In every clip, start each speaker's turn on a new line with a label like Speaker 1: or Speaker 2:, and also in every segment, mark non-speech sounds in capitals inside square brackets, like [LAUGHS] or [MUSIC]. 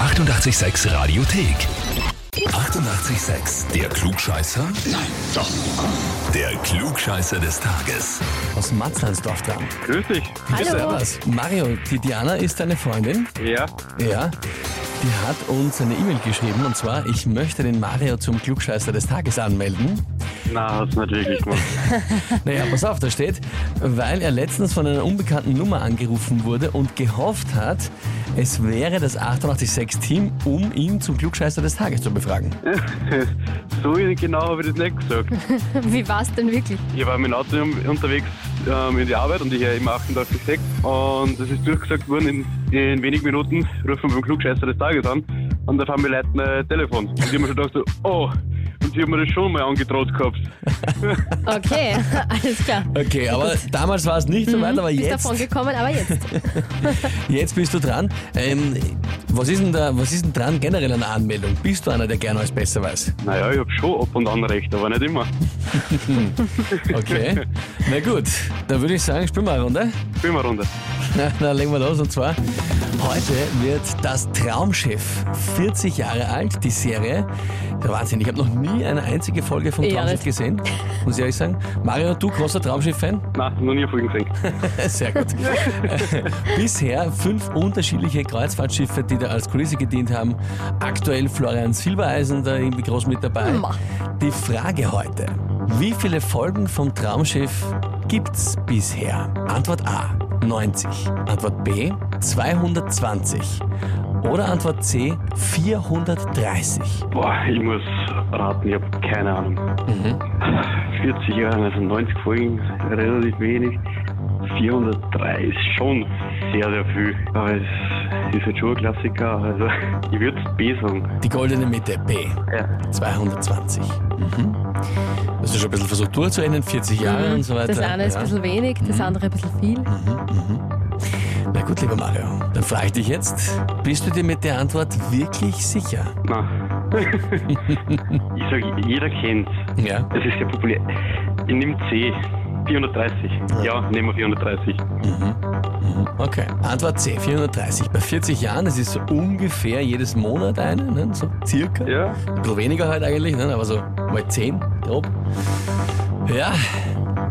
Speaker 1: 886 Radiothek. 88,6. Der Klugscheißer? Nein, doch. Der Klugscheißer des Tages.
Speaker 2: aus Matzleinsdorf dran.
Speaker 3: Grüß dich.
Speaker 2: Ja,
Speaker 4: Hallo.
Speaker 2: Servus. Mario, die Diana ist deine Freundin.
Speaker 3: Ja,
Speaker 2: Ja. Die hat uns eine E-Mail geschrieben und zwar, ich möchte den Mario zum Klugscheißer des Tages
Speaker 4: [LAUGHS]
Speaker 2: anmelden.
Speaker 3: na, hast nicht wirklich gemacht. [LAUGHS]
Speaker 2: Naja, pass auf, da steht, weil er letztens von einer unbekannten Nummer angerufen wurde und gehofft hat, es wäre das 886-Team, um ihn zum Klugscheißer des Tages zu befragen.
Speaker 3: so genau habe ich das nicht gesagt.
Speaker 4: Wie war's denn wirklich?
Speaker 3: Ich war mit dem Auto um- unterwegs ähm, in die Arbeit und ich höre immer 88,6 und es ist durchgesagt worden, in, in wenigen Minuten rufen wir beim Klugscheißer des Tages an und da haben wir Leute ein Telefon. Und ich habe mir schon gedacht, so, oh, und die haben mir das schon mal angedroht gehabt.
Speaker 4: Okay, [LAUGHS] alles klar.
Speaker 2: Okay, aber damals war es nicht so weit, aber
Speaker 4: Mhm, Bist
Speaker 2: Äh, jetzt,
Speaker 4: davon gekommen, aber jetzt.
Speaker 2: jetzt bist du dran. Ähm, was, ist denn da, was ist denn dran generell an der Anmeldung? Bist du einer, der gerne alles besser weiß?
Speaker 3: Naja, ich habe schon ab und an recht, aber nicht immer.
Speaker 2: Okay, na gut, dann würde ich sagen, spielen wir eine Runde.
Speaker 3: Spielen wir eine Runde.
Speaker 2: Na, na, legen wir los und zwar, heute wird das Traumschiff 40 Jahre alt, die Serie. Der Wahnsinn, ich habe noch nie eine einzige Folge von
Speaker 4: Ja,
Speaker 2: Traumschiff
Speaker 4: das-
Speaker 2: gesehen, muss ich ehrlich sagen. Mario, du großer Traumschiff-Fan?
Speaker 3: Nein, noch nie vorhin gesehen.
Speaker 2: [LAUGHS] Sehr gut. Bisher fünf unterschiedliche Kreuzfahrtschiffe, die da als Kulisse gedient haben. Aktuell Florian Silbereisen da irgendwie groß mit dabei.
Speaker 4: Ma.
Speaker 2: Die Frage heute: Wie viele Folgen vom Traumschiff gibt's bisher? Antwort A: 90. Antwort B: 220. Oder Antwort C: 430.
Speaker 3: Boah, ich muss raten, ich habe keine Ahnung. Mhm. 40 Jahre, also 90 Folgen, relativ wenig. 403 ist schon sehr, sehr viel. Aber es ist jetzt schon ein Klassiker, also ich würde B sagen.
Speaker 2: Die goldene Mitte B:
Speaker 3: Ja.
Speaker 2: 220. Mhm. Hast du schon ein bisschen versucht durchzuenden, 40 Jahre und so weiter. Mhm.
Speaker 4: Das eine ist ein bisschen wenig, das andere ein bisschen viel.
Speaker 2: Na gut, lieber Mario, dann frage ich dich jetzt, bist du dir mit der Antwort wirklich sicher?
Speaker 3: [LAUGHS] Nein. ich sag, jeder kennt
Speaker 2: Ja.
Speaker 3: Es ist sehr populär. Ich nehme C. 430. Ja, nehmen wir 430.
Speaker 2: Okay. Antwort C, 430. Bei 40 Jahren, das ist so ungefähr jedes Monat eine, ne? so circa.
Speaker 3: Ja.
Speaker 2: Ein bisschen weniger halt eigentlich, ne? aber so mal 10 grob. Ja,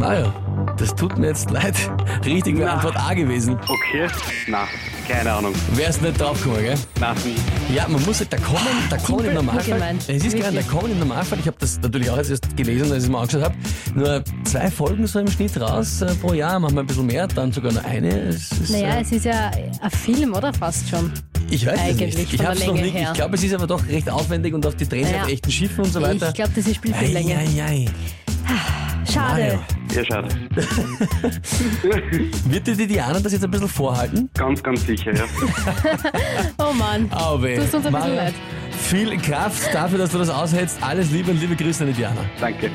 Speaker 2: Mario, das tut mir jetzt [LAUGHS] leid. Richtig wäre
Speaker 3: Na.
Speaker 2: Antwort A gewesen.
Speaker 3: Okay. Nein, keine Ahnung.
Speaker 2: Wär's nicht draufgekommen, gell?
Speaker 3: Nein, nie.
Speaker 2: Ja, man muss, halt, da kommen, da kommen im
Speaker 4: Simpel, gut
Speaker 2: Normalfall,
Speaker 4: gemeint.
Speaker 2: es ist
Speaker 4: Wirklich.
Speaker 2: gerne, da kommen im Normalfall, ich habe das natürlich auch jetzt erst gelesen, als ich es mir angeschaut habe, nur zwei Folgen so im Schnitt raus äh, pro Jahr, manchmal ein bisschen mehr, dann sogar nur eine. Es ist,
Speaker 4: Naja,
Speaker 2: äh,
Speaker 4: es ist ja ein Film, oder? Fast schon.
Speaker 2: ich weiß es
Speaker 4: eigentlich
Speaker 2: nicht. Ich
Speaker 4: von
Speaker 2: habe es
Speaker 4: der
Speaker 2: noch
Speaker 4: Länge
Speaker 2: nicht.
Speaker 4: her.
Speaker 2: Ich glaube, es ist aber doch recht aufwendig und auch die Drehs
Speaker 4: Naja.
Speaker 2: auf echten Schiffen und so weiter.
Speaker 4: Ich glaube, das ist Spielfilmlänge.
Speaker 2: Eieiei.
Speaker 4: Schade.
Speaker 2: Mario,
Speaker 3: Ja, schade.
Speaker 2: Wird dir die Diana das jetzt ein bisschen vorhalten?
Speaker 3: Ganz, ganz sicher, [LAUGHS] ja.
Speaker 4: Oh Mann.
Speaker 2: Au weh.
Speaker 4: Tut uns ein bisschen
Speaker 2: Mario,
Speaker 4: leid.
Speaker 2: Viel Kraft dafür, dass du das aushältst. Alles Liebe und liebe Grüße an die Diana.
Speaker 3: Danke.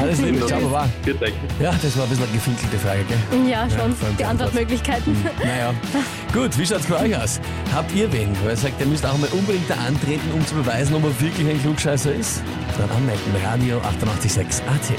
Speaker 2: Alles Liebe. Ciao, baba.
Speaker 3: Bitte.
Speaker 2: Ja, das war ein bisschen eine gefinkelte Frage, gell?
Speaker 4: Ja, schon.
Speaker 2: vor allem die
Speaker 4: Die
Speaker 2: Mhm.
Speaker 4: Antwortmöglichkeiten.
Speaker 2: Naja, gut, wie schaut's bei euch aus? Habt ihr wen, wo ihr sagt, ihr müsst auch mal unbedingt da antreten, um zu beweisen, ob er wirklich ein Klugscheißer ist? Dann anmelden, Radio 886 AT.